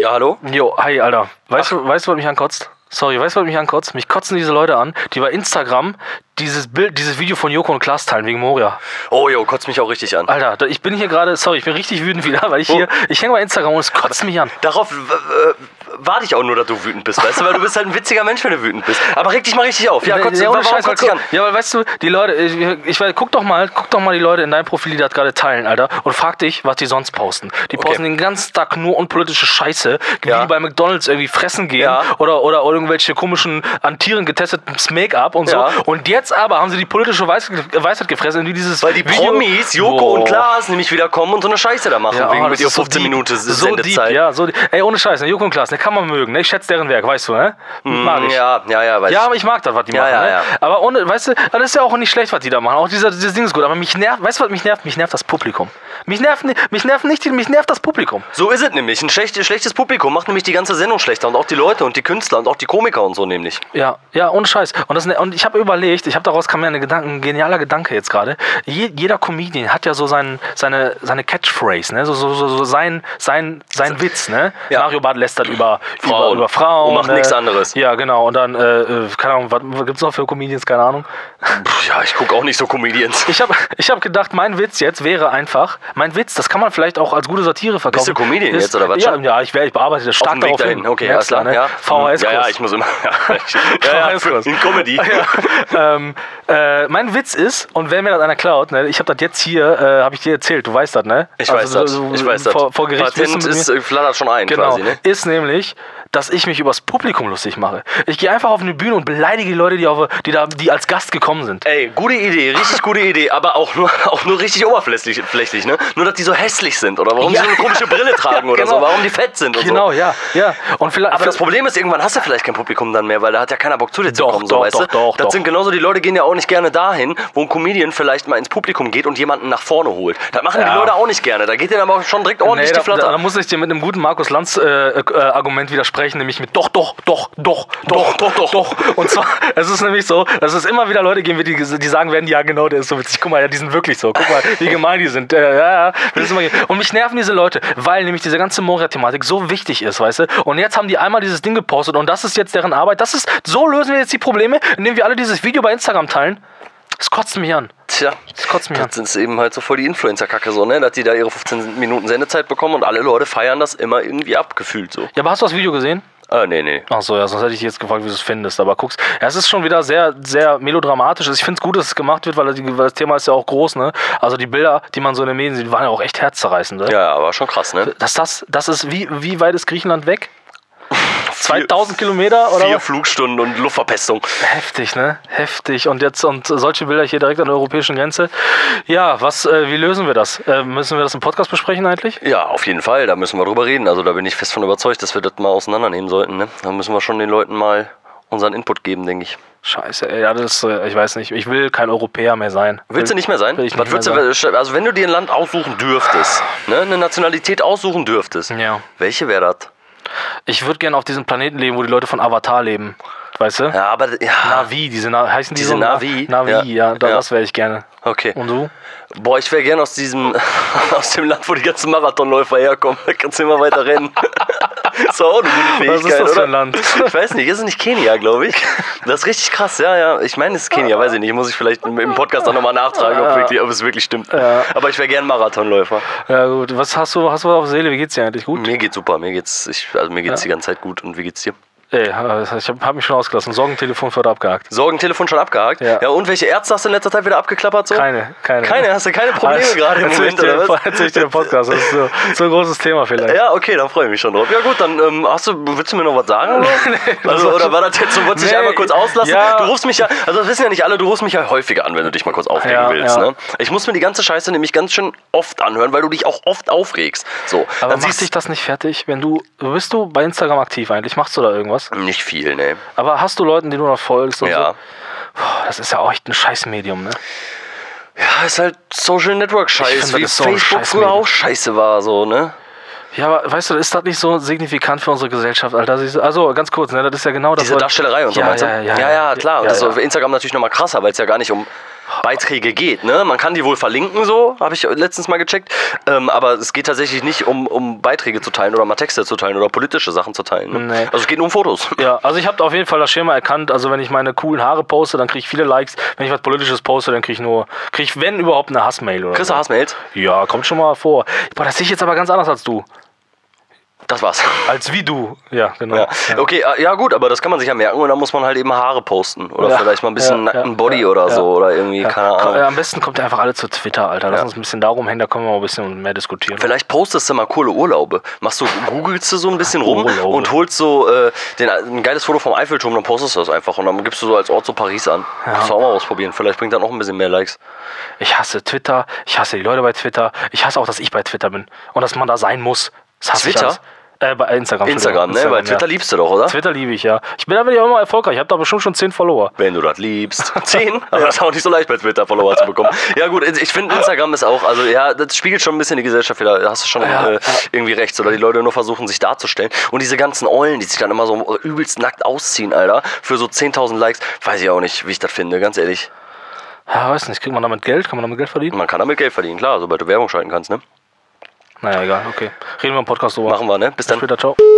Ja, hallo? Jo, hi, Alter. Weißt du, weißt du, was mich ankotzt? Sorry, weißt du, was mich ankotzt? Mich kotzen diese Leute an, die bei Instagram dieses Bild, dieses Video von Joko und Klaas teilen wegen Moria. Oh, jo, kotzt mich auch richtig an. Alter, da- ich bin hier gerade, sorry, ich bin richtig wütend wieder, weil ich hier, ich hänge bei Instagram und es kotzt mich an. Darauf w- w- warte ich auch nur, dass du wütend bist, weißt du? Weil du bist halt ein witziger Mensch, wenn du wütend bist. Aber reg dich mal richtig auf. Ja, kotzt, ohne warum Scheiß, kotzt dich guck- an? Ja, weil weißt du, die Leute, ich, ich weiß, guck doch mal, guck doch mal die Leute in deinem Profil, die das gerade teilen, Alter, und frag dich, was die sonst posten. Die Okay. posten den ganzen Tag nur unpolitische Scheiße, wie Ja. die bei McDonalds irgendwie fressen gehen Ja. oder, oder irgendwelche komischen an Tieren getesteten Make-up und Ja. so. Und jetzt aber haben sie die politische Weis Weisheit gefressen, indem dieses Weil die Promis, Joko Boah. und Klaas, nämlich wieder kommen und so eine Scheiße da machen, Ja, wegen das mit ihr ist so 15 deep. Minuten so Sendezeit. deep, ja, so deep. Ey, ohne Scheiß, ne, Joko und Klaas, ne, kann man mögen, ne? Ich schätze deren Werk, weißt du, ne? Mag ich. Mm, Hm, Ja, ja, ja, weiß Ja, ich. aber ich mag das, was die Ja, machen. ja, ne? ja. Aber ohne, weißt du, das ist ja auch nicht schlecht, was die da machen. Auch dieser, dieses Ding ist gut. Aber mich nervt, weißt du, was mich nervt? Mich nervt das Publikum. Mich nervt, ni- mich nervt nicht, die- mich nervt das Publikum. So ist es nämlich. Ein schlecht, schlechtes Publikum macht nämlich die ganze Sendung schlechter und auch die Leute und die Künstler und auch die Komiker und so nämlich. Ja, ja, ohne Scheiß. Und, das, und ich habe überlegt, ich habe daraus kam mir eine Gedanken, ein genialer Gedanke jetzt gerade. Je, jeder Comedian hat ja so seinen, seine, seine Catchphrase, ne? so, so, so, so sein, sein, sein Witz. Ne? Ja. Mario Barth lässt das über Frauen. Frauen, über, über Frauen Und macht ne? nichts anderes. Ja, genau. Und dann, äh, äh, keine Ahnung, was gibt es noch für Comedians? Keine Ahnung. Pff, ja, ich gucke auch nicht so Comedians. Ich habe ich hab gedacht, mein Witz jetzt wäre einfach, mein Witz, das kann man vielleicht auch als gute Satire verkaufen. Bist du Comedian ist, jetzt oder was Ja, schon? ja ich, wär, ich bearbeite das stark Auf dem Weg darauf dahin. hin. Okay, alles Merkst klar. du, ne? Ja. VHS-Kurs. Ja, ja, ich muss immer. Ja, ja, VHS-Kurs. in Comedy. ähm, äh, mein Witz ist, und wenn mir das einer klaut, ne, ich habe das jetzt hier, äh, habe ich dir erzählt, du weißt das, ne? Ich Also weiß so- das. so Ich weiß das. vor, vor Gericht bist du Patent mit ist, mir- äh, flattert schon ein Genau, quasi, ne? ist nämlich, dass ich mich übers Publikum lustig mache. Ich gehe einfach auf eine Bühne und beleidige die Leute, die, auf, die, da, die als Gast gekommen sind. Ey, gute Idee, richtig gute Idee, aber auch nur, auch nur richtig oberflächlich, flächlich, ne? Nur, dass die so hässlich sind oder warum Ja. sie so eine komische Brille tragen oder so, Genau. warum die fett sind und Genau, so. ja, ja. Und vielleicht, Also Aber das Problem ist, irgendwann hast du vielleicht kein Publikum dann mehr, weil da hat ja keiner Bock zu dir zu Doch, kommen, so doch, weißt du? doch, doch, das doch. sind genauso, die Leute gehen ja auch nicht gerne dahin, wo ein Comedian vielleicht mal ins Publikum geht und jemanden nach vorne holt. Das machen die Ja. Leute auch nicht gerne. Da geht denen aber auch schon direkt ordentlich da, die Flatter. da, da muss ich dir mit einem guten Markus Lanz äh, äh, Argument widersprechen, nämlich mit doch, doch, doch, doch, Doch, doch, doch, doch. Und zwar, es ist nämlich so, dass es immer wieder Leute geben, wird, die, die sagen werden, ja genau, der ist so witzig. Guck mal, ja, die sind wirklich so. Guck mal, wie gemein die sind. Äh, ja, ja. Das ist immer- Und mich nerven diese Leute, weil nämlich diese ganze Moria-Thematik so wichtig ist, weißt du? Und jetzt haben die einmal dieses Ding gepostet und das ist jetzt deren Arbeit. Das ist, so lösen wir jetzt die Probleme, indem wir alle dieses Video bei Instagram teilen. Es kotzt mich an. Tja, Das kotzt mich an. das sind eben halt so voll die Influencer-Kacke, so, ne? Dass die da ihre 15 Minuten Sendezeit bekommen und alle Leute feiern das immer irgendwie abgefühlt so. Ja, aber hast du das Video gesehen? Äh, nee, nee. Ach so, ja, sonst hätte ich dich jetzt gefragt, wie du es findest. Aber guckst, ja, es ist schon wieder sehr, sehr melodramatisch. Ich finde es gut, dass es gemacht wird, weil, die, weil das Thema ist ja auch groß, ne? Also die Bilder, die man so in den Medien sieht, die waren ja auch echt herzzerreißend. Ne? Ja, aber schon krass, ne? Dass das, das ist, wie, wie weit ist Griechenland weg? 2000 Kilometer oder? Vier was? Flugstunden und Luftverpestung. Heftig, ne? Heftig. Und jetzt, und solche Bilder hier direkt an der europäischen Grenze. Ja, was, äh, wie lösen wir das? Äh, müssen wir das im Podcast besprechen eigentlich? Ja, auf jeden Fall, da müssen wir drüber reden. Also da bin ich fest von überzeugt, dass wir das mal auseinandernehmen sollten, ne? Da müssen wir schon den Leuten mal unseren Input geben, denke ich. Scheiße, ey, ja, das, äh, ich weiß nicht. Ich will kein Europäer mehr sein. Willst du nicht mehr sein? Will ich Was nicht mehr würdest du, Also wenn du dir ein Land aussuchen dürftest, ne? Eine Nationalität aussuchen dürftest. Ja. Welche wäre das? Ich würde gerne auf diesem Planeten leben, wo die Leute von Avatar leben. Weißt du? Ja, aber ja. Navi, diese Na heißen die Diese so? Navi? Navi, Ja. ja, da, Ja. das wäre ich gerne. Okay. Und du? Boah, ich wäre gern aus diesem, aus dem Land, wo die ganzen Marathonläufer herkommen. Da kannst du immer weiter rennen. ist doch auch eine gute Fähigkeit, Was ist das oder? für ein Land? Ich weiß nicht, ist es nicht Kenia, glaube ich? Das ist richtig krass, ja, ja. Ich meine, es ist Kenia, weiß ich nicht. Muss ich vielleicht im im Podcast auch nochmal nachtragen, ob, wirklich, ob es wirklich stimmt. Aber ich wäre gern Marathonläufer. Ja gut, was hast du, hast du auf der Seele? Wie geht's dir eigentlich? Gut? Mir geht's super, mir geht's, ich, also mir geht's die ganze Zeit gut. Und wie geht's dir? Ey, äh, ich hab, hab mich schon ausgelassen. Sorgentelefon wird abgehakt. Sorgentelefon schon abgehakt? Ja. ja. Und welche Ärzte hast du in letzter Zeit wieder abgeklappert? So? Keine, keine. Keine? Hast du keine Probleme Alles- gerade im erzähl Moment, ich dir- oder was? Erzähl ich dir im Podcast, das ist so, so ein großes Thema vielleicht. Ja, okay, dann freue ich mich schon drauf. Ja gut, dann ähm, hast du, willst du mir noch was sagen? Oder, also, oder war das jetzt so, wolltest du dich Nee, einmal kurz auslassen? ja. Du rufst mich ja, also das wissen ja nicht alle, du rufst mich ja häufiger an, wenn du dich mal kurz aufregen Ja, willst. ja. Ne? Ich muss mir die ganze Scheiße nämlich ganz schön oft anhören, weil du dich auch oft aufregst. So, dann Aber macht siehst dich das nicht fertig, wenn du, bist du bei Instagram aktiv eigentlich? Machst du da irgendwas? du nicht viel, ne? Aber hast du Leuten, die du noch folgst und Ja. so? Boah, das ist ja auch echt ein scheiß Medium, ne? Ja, ist halt Social Network Ich Scheiß, find, wie das ist so ein Facebook scheiß früher Medium. auch Scheiße war, so, ne? Ja, aber weißt du, ist das nicht so signifikant für unsere Gesellschaft, Alter? Siehst du- Also ganz kurz, ne? Das ist ja genau das. Diese was- Darstellerei und so ja, meinst du? ja, ja, ja, ja, klar. also Ja, und das ist ja. auf Instagram natürlich nochmal krasser, weil es ja gar nicht um Beiträge geht. Ne? Man kann die wohl verlinken, so habe ich letztens mal gecheckt. Ähm, aber es geht tatsächlich nicht um, um Beiträge zu teilen oder mal Texte zu teilen oder politische Sachen zu teilen. Ne? Nee. Also es geht nur um Fotos. Ja, also ich habe auf jeden Fall das Schema erkannt. Also wenn ich meine coolen Haare poste, dann kriege ich viele Likes. Wenn ich was Politisches poste, dann kriege ich nur, kriege ich wenn überhaupt eine Hassmail oder. Chris, so. hast Mails? Ja, kommt schon mal vor. Boah, das sehe ich jetzt aber ganz anders als du. Das war's. Als wie du. Ja, genau. Ja. Ja. Okay, äh, ja gut, aber das kann man sich ja merken und dann muss man halt eben Haare posten oder Ja. vielleicht mal ein bisschen Ja, nackten ja, Body ja, oder ja. so oder irgendwie, keine Ahnung. äh, Am besten kommt ihr einfach alle zu Twitter, Alter. Lass uns ein bisschen darum hängen, da können wir mal ein bisschen mehr diskutieren. Vielleicht postest du mal coole Urlaube. Machst du, googelst du so ein bisschen rum Urlaube. und holst so äh, den, ein geiles Foto vom Eiffelturm, dann postest du das einfach und dann gibst du so als Ort so Paris an. Kannst du auch mal ausprobieren. Vielleicht bringt das noch ein bisschen mehr Likes. Ich hasse Twitter, ich hasse die Leute bei Twitter, ich hasse auch, dass ich bei Twitter bin und dass man da sein muss. Das hasse Twitter? ich alles. Äh, bei Instagram. Instagram, Entschuldigung. ne? Weil Twitter ja. liebst du doch, oder? Twitter liebe ich, ja. Ich bin da bin ich auch immer erfolgreich. Ich habe da bestimmt schon 10 Follower. Wenn du das liebst. Zehn? Aber das ist auch nicht so leicht, bei Twitter Follower zu bekommen. Ja gut, ich finde Instagram ist auch, also ja, das spiegelt schon ein bisschen die Gesellschaft wieder. Da hast du schon Ja, äh, ja. irgendwie recht. Oder die Leute nur versuchen, sich darzustellen. Und diese ganzen Eulen, die sich dann immer so übelst nackt ausziehen, Alter, für so 10.000 Likes, weiß ich auch nicht, wie ich das finde, ganz ehrlich. Ja, weiß nicht, kriegt man damit Geld? Kann man damit Geld verdienen? Man kann damit Geld verdienen, klar, sobald du Werbung schalten kannst, ne? Naja, egal, okay. Reden wir im Podcast drüber. Machen wir, ne? Bis dann. Bis später, ciao.